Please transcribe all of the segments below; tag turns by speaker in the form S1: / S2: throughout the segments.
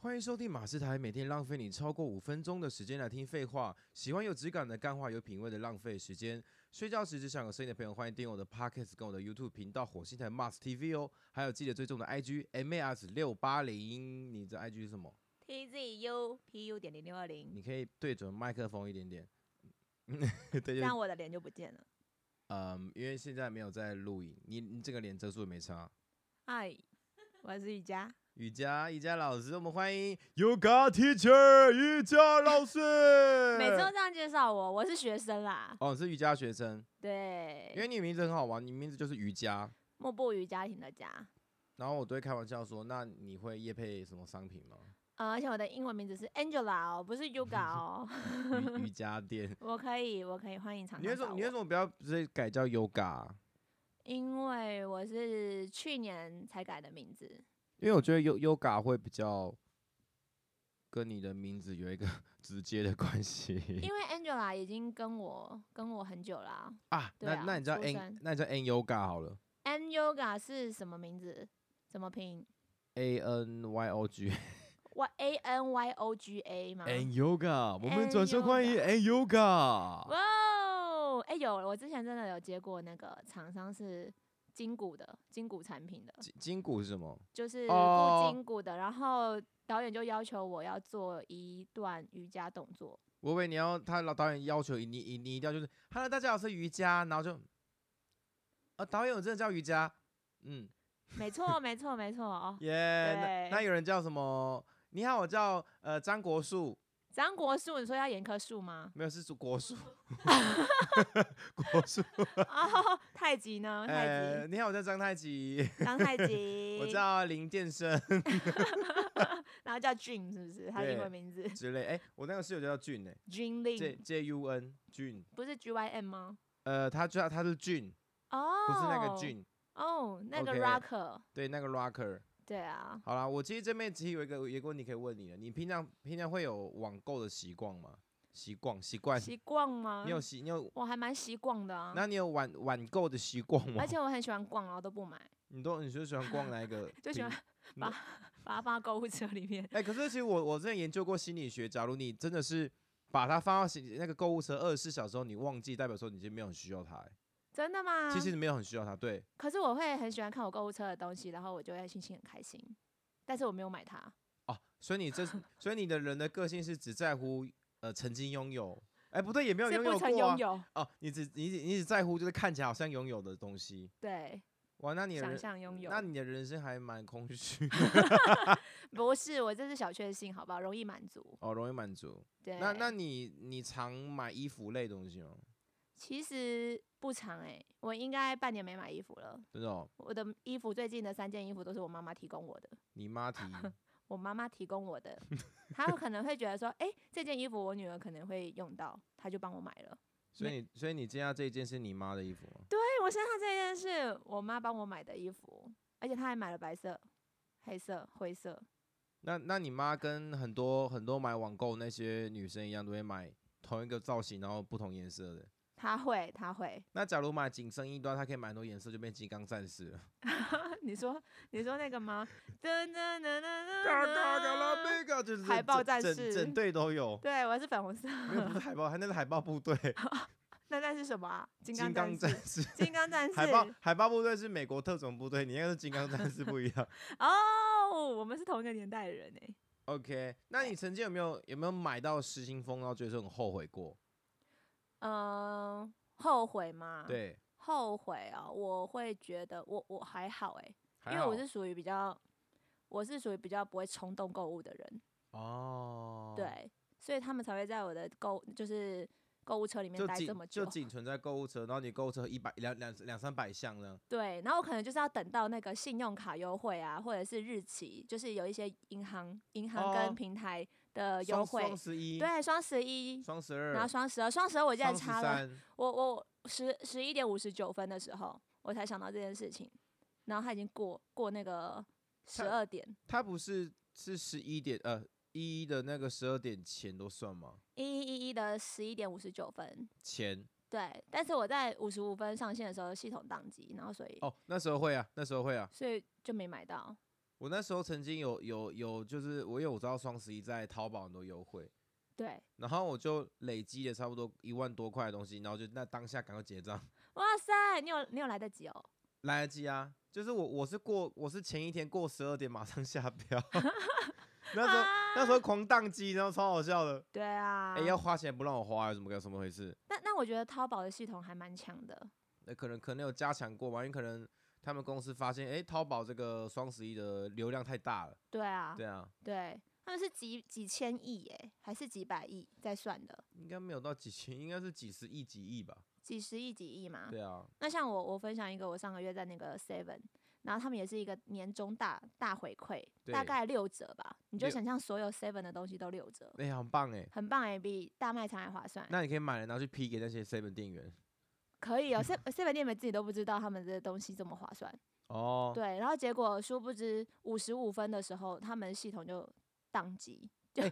S1: 欢迎收听马斯台，每天浪费你超过五分钟的时间来听废话。喜欢有质感的干话，有品味的浪费时间。睡觉时只想有声音的朋友，欢迎订阅我的 Podcast 跟我的 YouTube 频道火星台 Mars TV 哦。还有记得追踪我的 IG MAS 六八零，你的 IG 是什么？
S2: TZU PU 点零六二零，
S1: 你可以对准麦克风一点 点。
S2: 这
S1: 对，就
S2: 样我的脸就不见了。
S1: 嗯，因为现在没有在录影，你你这个脸遮住也没差。
S2: 哎，我是瑜伽，
S1: 瑜伽，瑜伽老师，我们欢迎 Yoga Teacher 瑜伽老师。
S2: 每次都这样介绍我，我是学生啦。
S1: 哦，你是瑜伽学生。因为
S2: 对，
S1: 你名字很好玩，你名字就是瑜伽。
S2: 莫不瑜家庭的家，
S1: 然后我都会开玩笑说，那你会业配什么商品吗？
S2: 呃，而且我的英文名字是 Angela 哦，不是 Yoga 哦。
S1: 瑜瑜伽店。
S2: 我可以，我可以，欢迎常
S1: 你为
S2: 常
S1: 什
S2: 找
S1: 么你为什
S2: 我。
S1: 么不要直接改叫 Yoga？啊
S2: 因为我是去年才改的名字，
S1: 因为我觉得 Yo Yoga 会比较跟你的名字有一个 直接的关系
S2: 因为 Angela 已经跟我跟我很久啦。
S1: 啊。
S2: 对
S1: 那
S2: 啊
S1: 那你叫
S2: 出
S1: N
S2: 身
S1: 那你叫 N Yoga 好了
S2: N Yoga 是什么名字？怎么拼
S1: ，A N Y O G
S2: 啊？Y A N Y O G A 吗？
S1: Yoga，
S2: 我们掌声欢迎
S1: N Yoga。
S2: 哇哦！哎、有，我之前真的有接过那个厂商是筋骨的筋骨产品的，
S1: 筋筋骨是什么？
S2: 就是
S1: 哦
S2: 顾筋骨的。然后导演就要求我要做一段瑜伽动作，
S1: 我以为你要他老导演要求你你你一定要就是 Hello 大家好，我是瑜伽，然后就，呃导演我真的叫瑜伽，嗯
S2: 没错，没错，没错哦。
S1: 耶、那那
S2: 对
S1: 有人叫什么？你好，我叫呃张国树，
S2: 张国树，你说要演棵
S1: ？
S2: 树吗
S1: 没有是国 树，国树，
S2: 哦，太极呢？
S1: 呃
S2: 太
S1: 你好，我叫张太极，
S2: 极，张太极，
S1: 我叫林健生
S2: 然后叫 Jim 是不是？他的英
S1: 对
S2: 文名字
S1: 之类，哎、我那个室友就叫俊哎、
S2: Jim
S1: j
S2: Lin，
S1: J U N 俊，
S2: 不是 G Y M 吗？
S1: 呃他叫他是俊，
S2: 哦，
S1: 不是那个俊
S2: 哦，那个
S1: OK
S2: Rocker，
S1: 对那个 rocker。
S2: 对啊，
S1: 好啦，我其实这边其实有一个有一个问题可以问你了，你平常平常会有网购的习惯吗？习惯习惯，
S2: 习惯吗？
S1: 你有习你有，
S2: 我还蛮习惯的啊，
S1: 那你有网网购的习惯吗
S2: 而？且我很喜欢逛，然后都不买，
S1: 你都你就喜欢逛哪一个平？
S2: 就喜欢把把它放到购物车里面。
S1: 哎、可是其实我我之前研究过心理学，假如你真的是把它放到行那个购物车二十四小时后，你忘记，代表说你其实没有很需要它、欸
S2: 真的吗？
S1: 其实你没有很需要它，对。
S2: 可是我会很喜欢看我购物车的东西，然后我就会心情很开心。但是我没有买它，
S1: 哦，所以你 这，所以你的人的个性是只在乎呃曾经拥有，哎、不对，也没有
S2: 是
S1: 拥
S2: 不
S1: 有
S2: 曾
S1: 过、啊
S2: 拥、有。
S1: 哦，你只你只你只在乎就是看起来好像拥有的东西，
S2: 对，
S1: 哇，那你的
S2: 想
S1: 人，
S2: 象拥有
S1: 那。你的人生还蛮空 虚
S2: 不是，我这是小确幸，好不好？容易满足。
S1: 哦，容易满足。
S2: 对，
S1: 那那你你常买衣服类东西吗？
S2: 其实不长哎、我应该半年没买衣服了。
S1: 真的哦，
S2: 我的衣服最近的三件衣服都是我妈妈提供我的。
S1: 你妈提
S2: 我妈妈提供我 的，她有可能会觉得说，哎、这件衣服我女儿可能会用到，她就帮我买了。
S1: 所以你所以你今天要这一件是你妈的衣服吗？
S2: 对我身上这件是我妈帮我买的衣服，而且她还买了白色、黑色、灰色。
S1: 那那你妈跟很多很多买网购那些女生一样，都会买同一个造型，然后不同颜色的。
S2: 她会，她会。
S1: 那假如买紧身衣的话，她可以买很多颜色，就变金刚战士了。
S2: 你说，你说那个吗？噔噔噔噔
S1: 大大嘎拉
S2: 噔噔。
S1: 贝嘎就是
S2: 啊海
S1: 整
S2: 豹战
S1: 整
S2: 士，
S1: 整队都有
S2: 对，我是粉红色。
S1: 没有不是海豹，那是海豹部队，
S2: 那那是什么啊？金
S1: 金
S2: 刚战
S1: 刚战
S2: 士。
S1: 士。
S2: 金刚战士。
S1: 海豹海豹部队是美国特种部队，你那个是金刚战士不一样。
S2: 哦，我们是同一个年代的人哎、
S1: OK，那你曾经有没有有没有买到失心疯，然后觉得说很后悔过？
S2: 嗯、后悔吗？。
S1: 对，
S2: 后悔啊、我会觉得我我还好哎、
S1: 还
S2: 因为我
S1: 好
S2: 是属于比较，我是属于比较不会冲动购物的人，
S1: 哦，，
S2: 对，所以他们才会在我的购就是购物车里面
S1: 就
S2: 待这么
S1: 仅就
S2: 久，
S1: 仅存在购物车，然后你购物车一百两两两三百项呢。
S2: 对，然后我可能就是要等到那个信用卡优惠啊，或者是日期，就是有一些银行银行
S1: 哦
S2: 跟平台的
S1: 双
S2: 优惠，
S1: 双十一，
S2: 对，双十一。
S1: 双十
S2: 然
S1: 二
S2: 后，双十二，双十二我竟然
S1: 双十
S2: 查了，
S1: 三，
S2: 我我十十一点五十九分的时候，我才想到这件事情，然后他已经过过那个十二点，
S1: 它不是是十一点呃一一的那个十二点前都算吗？
S2: 一一一一的十一点五十九分，
S1: 前
S2: 对，但是我在五十五分上线的时候系统宕机，然后所以、
S1: 哦，那时候会啊，那时候会啊，
S2: 所以就没买到。
S1: 我那时候曾经有有有，就是我有我知道双十一在淘宝很多优惠，
S2: 对，
S1: 然后我就累积了差不多一万多块的东西，然后就那当下赶快结账，
S2: 哇塞，你有你有来得及哦，
S1: 来得及啊！就是我我是过我是前一天过十二点马上下标， 那时候、那时候狂宕机，然后超好笑的。
S2: 对啊，
S1: 哎、要花钱不让我花，有什么个什么回事？
S2: 那那我觉得淘宝的系统还蛮强的，
S1: 那、可能可能有加强过吧，因为可能他们公司发现，哎、淘宝这个双十一的流量太大了，
S2: 对啊，
S1: 对啊，
S2: 对他们是几几千亿耶，还是几百亿在算的，
S1: 应该没有到几千，应该是几十亿、几亿吧，
S2: 几十亿几亿嘛，
S1: 对啊，
S2: 那像我，我分享一个，我上个月在那个 Seven，然后他们也是一个年终大大回馈，大
S1: 对
S2: 概六折吧。你就
S1: 六
S2: 想象所有 Seven 的东西都六折，
S1: 哎、很棒哎、
S2: 很棒哎、比大卖场还划算。
S1: 那你可以买了，然后去批给那些 seven 店员
S2: 可以哦，Se-，Seven 店们自己都不知道他们的东西这么划算。
S1: 哦。
S2: 对，然后结果殊不知五十五分的时候，他们系统就宕机，就、
S1: 哎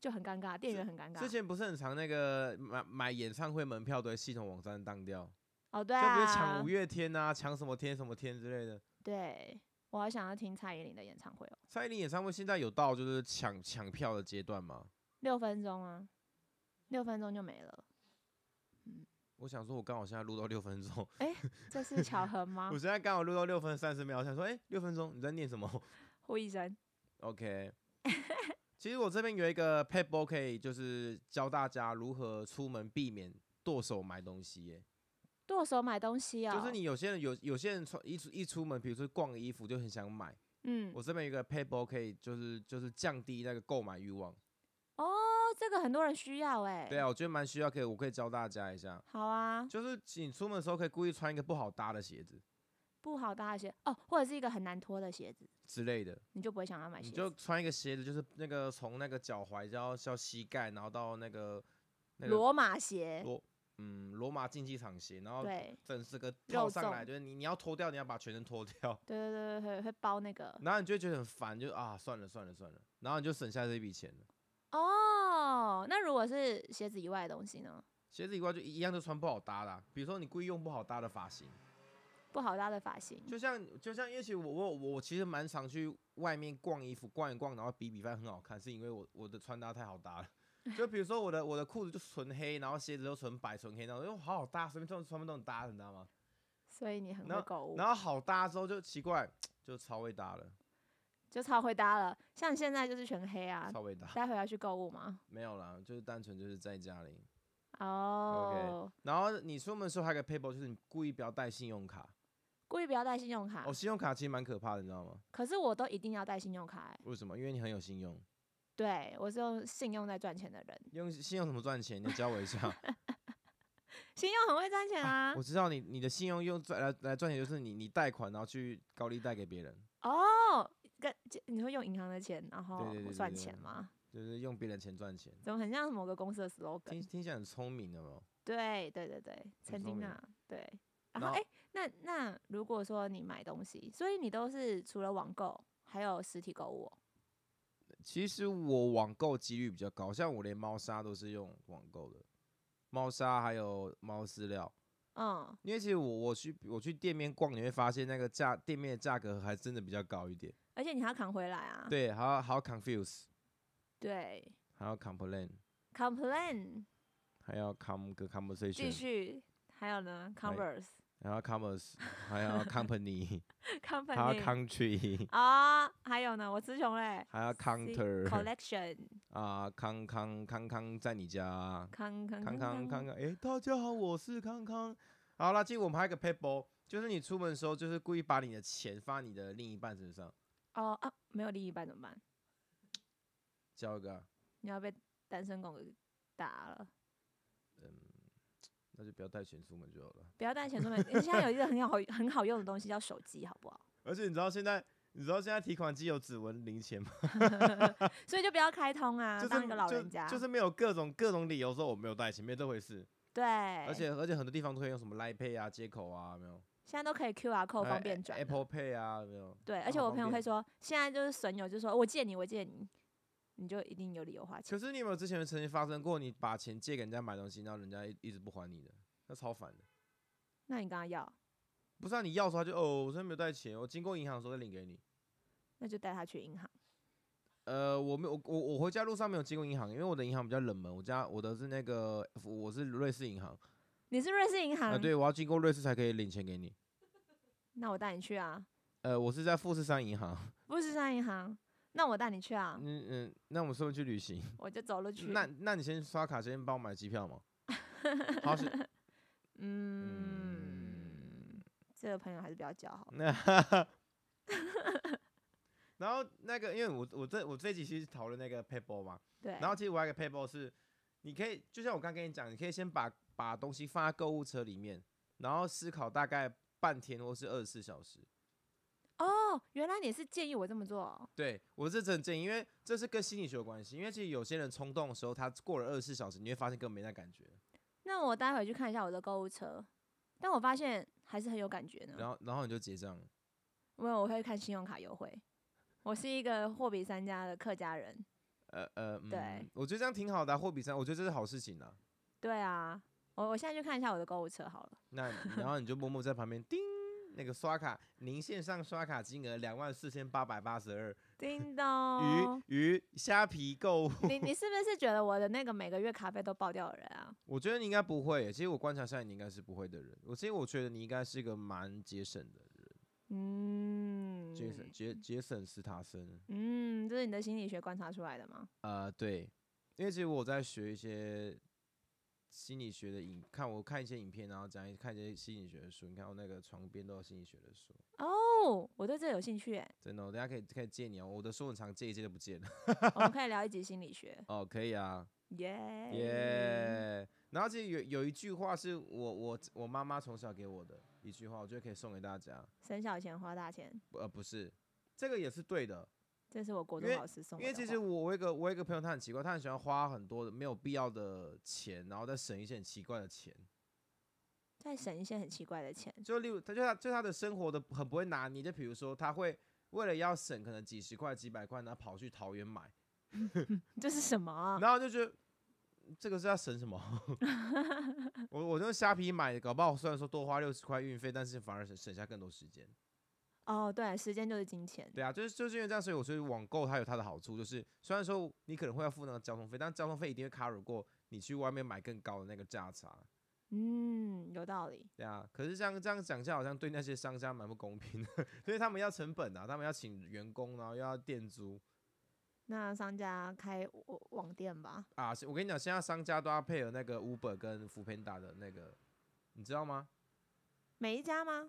S2: 就很尴尬，店
S1: 之
S2: 员很尴
S1: 之
S2: 尬。
S1: 前不是很常那个买买演唱会门票的系统网站当掉，
S2: 哦，对
S1: 就不是
S2: 啊
S1: 抢五，月天啊，抢什么天什么天之类的。
S2: 对，我好想要听蔡依林的演唱会哦，
S1: 蔡依林演唱会现在有到就是抢抢票的阶段吗？
S2: 六分钟啊，六分钟就没了。
S1: 我想说，我刚好现在录到六分钟，
S2: 这是巧合吗
S1: 我？现在刚好录到六分三十秒，我想说，哎、六分钟你在念什么
S2: 呼医生，
S1: ？OK。其实我这边有一个 p e b b l e 可以就是教大家如何出门避免剁手买东西耶。
S2: 剁手买东西啊、
S1: 就是，你有些人有有些人穿一出一出门，比如说逛衣服就很想买。
S2: 嗯，
S1: 我这边有一个 p a y b a l 可以就是就是降低那个购买欲望。
S2: 哦，这个很多人需要哎、
S1: 对啊，我觉得蛮需要，可以我可以教大家一下，
S2: 好啊，
S1: 就是你出门的时候可以故意穿一个不好搭的鞋子
S2: 不好搭的鞋哦，或者是一个很难脱的鞋子，
S1: 之类的，
S2: 你就不会想要买
S1: 你
S2: 哎鞋
S1: 就
S2: 子。
S1: 穿一个鞋子，就是那个从那个脚踝到到膝盖，然后到那个那个
S2: 罗马鞋，
S1: 罗嗯罗马竞技场鞋，然后
S2: 对
S1: 整是个套
S2: 肉
S1: 上来，
S2: 粽
S1: 就是你你要脱掉，你要把全身脱掉，
S2: 对对对对，会会包那个
S1: 然后你就会觉得很烦，就啊算了算了算了，然后你就省下这笔钱了。
S2: 哦。那如果是鞋子以外的东西呢？
S1: 鞋子以外就一样就穿不好搭啦、比如说你故意用不好搭的发型，
S2: 不好搭的发型，
S1: 就像就像，因为其实我我我其实蛮常去外面逛衣服，逛一逛，然后比比发现很好看，是因为我我的穿搭太好搭了。就比如说我的我的裤子就纯黑，然后鞋子都纯白纯黑，然后又好好搭，随便穿穿不都很搭，你知道吗？
S2: 所以你很
S1: 然
S2: 会购物
S1: 然，后好搭之后就奇怪，就超会搭了，
S2: 就超会搭了。像你现在就是全黑啊，
S1: 超会搭。
S2: 待会要去购物吗？
S1: 没有啦，就是单纯就是在家里。
S2: 哦
S1: 然后你出门的时候还有一个 paper，就是你故意不要带信用卡。
S2: 故意不要带信用卡，
S1: 哦，信用卡其实蛮可怕的，你知道吗？
S2: 可是我都一定要带信用卡、欸。
S1: 为什么？因为你很有信用。
S2: 对我是用信用在赚钱的人，
S1: 用信用怎么赚钱？你教我 一下。
S2: 信用很会赚钱啊
S1: 我知道你你的信用用赚来来赚钱，就是你你贷款然后去高利贷给别人，
S2: 哦，跟就你会用银行的钱，然后
S1: 对对
S2: 赚
S1: 对
S2: 钱吗？
S1: 就是用别人钱赚钱，
S2: 怎么很像某个公司的
S1: 听
S2: slogan？
S1: 听起来很聪明的哦。
S2: 对对对对，曾
S1: 聪
S2: 经
S1: 明
S2: 啊，对。
S1: 然
S2: 然后
S1: 后
S2: 哎、那那如果说你买东西，所以你都是除了网购，还有实体购物哦、
S1: 其实我网购几率比较高，像我连猫砂都是用网购的，猫砂还有猫饲料。
S2: 嗯，
S1: 因为其实我我去我去店面逛，你会发现那个价店面的价格还真的比较高一点。
S2: 而且你还要扛回来啊。
S1: 对，还要还要 confuse，
S2: 对
S1: 还要 complain，
S2: ，complain
S1: 还要 com 个
S2: 继
S1: conversation，
S2: 续，还有呢
S1: 还
S2: ，converse，company
S1: 还要 commerce，还要 company，还要 country，
S2: 啊、还有呢，我词穷嘞。
S1: 还要 counter。
S2: collection
S1: 啊，康康康康在你家，
S2: 康康
S1: 康康康康，哎、大家好，我是康康。好啦，今天我们还有一个 paper，就是你出门的时候，就是故意把你的钱放在你的另一半身上，
S2: 哦啊，没有另一半怎么办？
S1: 教一个啊，
S2: 你要被单身狗给打了，
S1: 那就不要带钱出门就好了。
S2: 不要带钱出门。 现在有一个很好很好用的东西叫手机，好不好？
S1: 而且你知道现在，你知道现在提款机有指纹零钱吗？
S2: 所以就不要开通啊，
S1: 就是
S2: 当一个老人家。
S1: 就，就是没有各种各种理由说我没有带钱，没有这回事。
S2: 对，
S1: 而且而且很多地方都会用什么 Line Pay 啊、接口啊，有没有？
S2: 现在都可以 QR code
S1: 还有
S2: 方便转的。
S1: Apple Pay 啊，有没有？
S2: 对，
S1: 哎好
S2: 而且我
S1: 方
S2: 朋友会
S1: 便
S2: 说，现在就是损友就说我借你，我借你，你就一定有理由花钱。
S1: 可是你有没有之前曾经发生过，你把钱借给人家买东西，然后人家一一直不还你的，那超烦的。
S2: 那你刚刚要
S1: 不是啊，你要的时候他就哦，我真的没有带钱，我经过银行的时候再领给你。
S2: 那就带他去银行。
S1: 呃，我没有，我我我回家路上没有经过银行，因为我的银行比较冷门。我家我的是那个，我是瑞士银行
S2: 你是瑞士银行？
S1: 啊、对，我要经过瑞士才可以领钱给你。
S2: 那我带你去啊。
S1: 呃，我是在富士山银行。
S2: 富士山银行，那我带你去啊，
S1: 嗯嗯，那我们顺便去旅行。
S2: 我就走路去。
S1: 那那你先刷卡，先帮我买机票嘛。好，是
S2: 嗯，这个朋友还是比较交好。
S1: 那，然后那个，因为我我这我这一集其实讨论那个 paper 嘛，
S2: 对，
S1: 然后其实我还有一个 paper 是，你可以就像我刚跟你讲，你可以先把把东西放在购物车里面，然后思考大概半天或是二十四小时。
S2: 哦，原来你是建议我这么做哦。
S1: 对我是真建议，因为这是跟心理学有关系。因为其实有些人冲动的时候，他过了二十四小时，你会发现根本没那感觉。
S2: 那我待会去看一下我的购物车，但我发现还是很有感觉呢。
S1: 然后然后你就结账了，
S2: 因为我会看信用卡优惠，我是一个货比三家的客家人。
S1: 呃呃，嗯、
S2: 对，
S1: 我觉得这样挺好的、啊，货比三，我觉得这是好事情啊。
S2: 对啊，我我现在去看一下我的购物车好了。
S1: 那然后你就默默在旁边叮，那个刷卡，您线上刷卡金额两万四千八百八十二，
S2: 叮咚，
S1: 于于虾皮购物。
S2: 你你是不是觉得我的那个每个月卡费都爆掉的人啊？
S1: 我觉得你应该不会耶，其实我观察下来，你应该是不会的人。我其实我觉得你应该是一个蛮节省的人，
S2: 嗯，
S1: 节省节节省斯塔森。
S2: 嗯，这是你的心理学观察出来的吗？
S1: 呃，对，因为其实我在学一些心理学的影，看我看一些影片，然后讲一看一些心理学的书。你看我那个床边都有心理学的书，
S2: 哦，我对这有兴趣耶
S1: 真的、哦，我等下可以可以借你哦。我的书很常借一借就不见了。
S2: 我们可以聊一集心理学，
S1: 哦，可以啊，
S2: 耶
S1: 耶、然后其实有有一句话是我我我妈妈从小给我的一句话，我觉得可以送给大家。
S2: 省小钱花大钱，
S1: 呃，不是，这个也是对的，
S2: 这是我国
S1: 因
S2: 中
S1: 为
S2: 老师送我
S1: 因
S2: 的
S1: 为
S2: 话。
S1: 其实我我有一个我有一个朋友，他很奇怪，他很喜欢花很多的没有必要的钱，然后再省一些很奇怪的钱。
S2: 再省一些很奇怪的钱，
S1: 就例如，他就他就他的生活的很不会拿捏，就比如说他会为了要省可能几十块几百块，然后跑去桃园买，
S2: 这是什么啊？
S1: 然后就觉得这个是要省什么？ 我我用虾皮买的，搞不好虽然说多花六十块运费，但是反而省省下更多时间。
S2: 哦，对，时间就是金钱。
S1: 对啊，就是就是因为这样，所以我觉得网购它有它的好处，就是虽然说你可能会要付那个交通费，但交通费一定会 cover 过你去外面买更高的那个价差。
S2: 嗯，有道理。
S1: 对啊，可是这样这样讲，下好像对那些商家蛮不公平的， 因为他们要成本啊，他们要请员工，然后又要店租
S2: 那商家开网网店吧，
S1: 啊。是我跟你讲，现在商家都要配合那个 Uber 跟 f o o p a n d a 的那个，你知道吗？
S2: 每一家吗？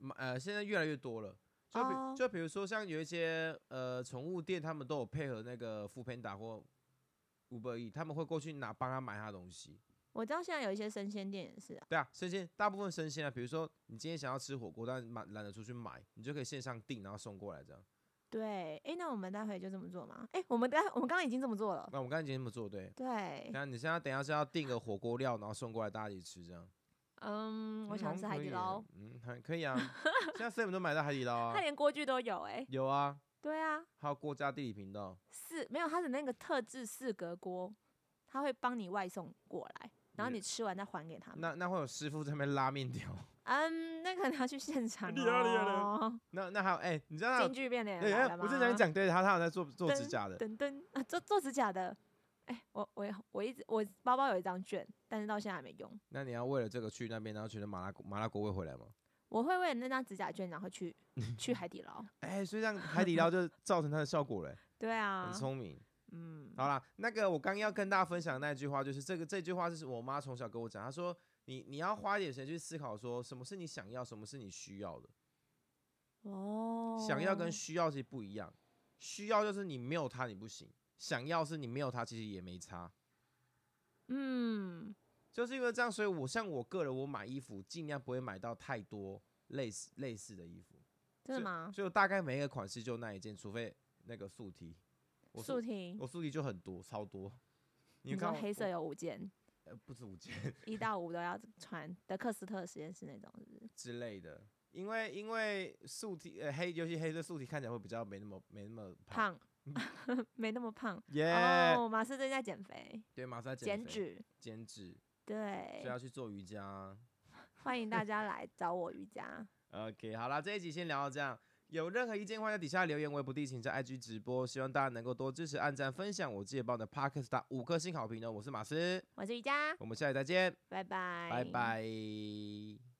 S1: 嘛呃，现在越来越多了。就比、
S2: 哦
S1: 就比如说像有一些呃宠物店，他们都有配合那个 f o o p a n d a 或 Uber E，他们会过去拿帮他买他的东西。
S2: 我知道现在有一些生鲜店也是啊。
S1: 对啊，生鲜大部分生鲜啊，比如说你今天想要吃火锅，但懒懒得出去买，你就可以线上订，然后送过来这样。
S2: 对，诶，那我们待会就这么做嘛？诶，我们待我们刚刚已经这么做了。
S1: 那我们刚才已经这么做对。
S2: 对，
S1: 那你现在等一下是要订个火锅料，然后送过来大家一起吃这样？
S2: 嗯，我
S1: 嗯
S2: 想吃海底捞，。
S1: 好像可以耶嗯，还可以啊。现在 seven 都买到海底捞啊
S2: 它，连锅具都有诶，
S1: 有啊，
S2: 对啊，
S1: 还有国家地理频道。
S2: 四没有它的那个特制四格锅，它会帮你外送过来，然后
S1: 你
S2: 你吃完再还给他们。
S1: 那那会有师傅在那边拉面条。
S2: 嗯，那可能要去现场
S1: 厉害厉害
S2: 哦。
S1: 那那还有哎、你知道他有
S2: 京剧变脸
S1: 哎
S2: 来
S1: 哎
S2: 了吗？
S1: 我正想讲，对他他有在做做指
S2: 噔
S1: 甲的。
S2: 噔噔啊， 做做指甲的。哎，我我也我一直我包包有一张券，但是到现在还没用。
S1: 那你要为了这个去那边，然后觉得麻辣锅麻辣锅会回来吗？
S2: 我会为了那张指甲券，然 后去去海底捞。
S1: 哎、所以这样海底捞就造成它的效果了、
S2: 对啊
S1: 很，聪明。
S2: 嗯，
S1: 好啦，那个我刚要跟大家分享的那句话，就是这个这句话就是我妈从小跟我讲，她说你你要花一点时间去思考，说什么是你想要，什么是你需要的。
S2: 哦，
S1: 想要跟需要其实不一样，需要就是你没有它你不行，想要是你没有它其实也没差。
S2: 嗯，
S1: 就是因为这样，所以我像我个人，我买衣服尽量不会买到太多类似类似的衣服。所
S2: 真的
S1: 以
S2: 吗？
S1: 所以我大概每一个款式就那一件，除非那个素 T。我
S2: 素婷，
S1: 我素 T 就很多，超多。你
S2: 你
S1: 看
S2: 说
S1: 我
S2: 黑色
S1: 我
S2: 有五件，
S1: 呃不止五件
S2: 一到五都要穿德克斯特实验室那种，是不是？
S1: 之类的，因为因为素 T 呃黑，尤其黑色素 T 看起来会比较没那么没那么胖。
S2: 胖， 没那么胖。
S1: 耶、
S2: 哦，马斯最近在减肥，
S1: 对，马上
S2: 减
S1: 肥，
S2: 脂。
S1: 减脂，所以
S2: 对
S1: 要，去做瑜伽啊。
S2: 欢迎大家来找我瑜伽。
S1: OK，好啦，这一集先聊到这样。有任何意见，欢迎在底下留言。我也不定请在 IG 直播，希望大家能够多支持、按赞、分享。我记得帮我的 Podcast 打五颗星好评哦。我是马斯，
S2: 我是瑜伽，
S1: 我们下期再见，
S2: 拜拜，
S1: 拜拜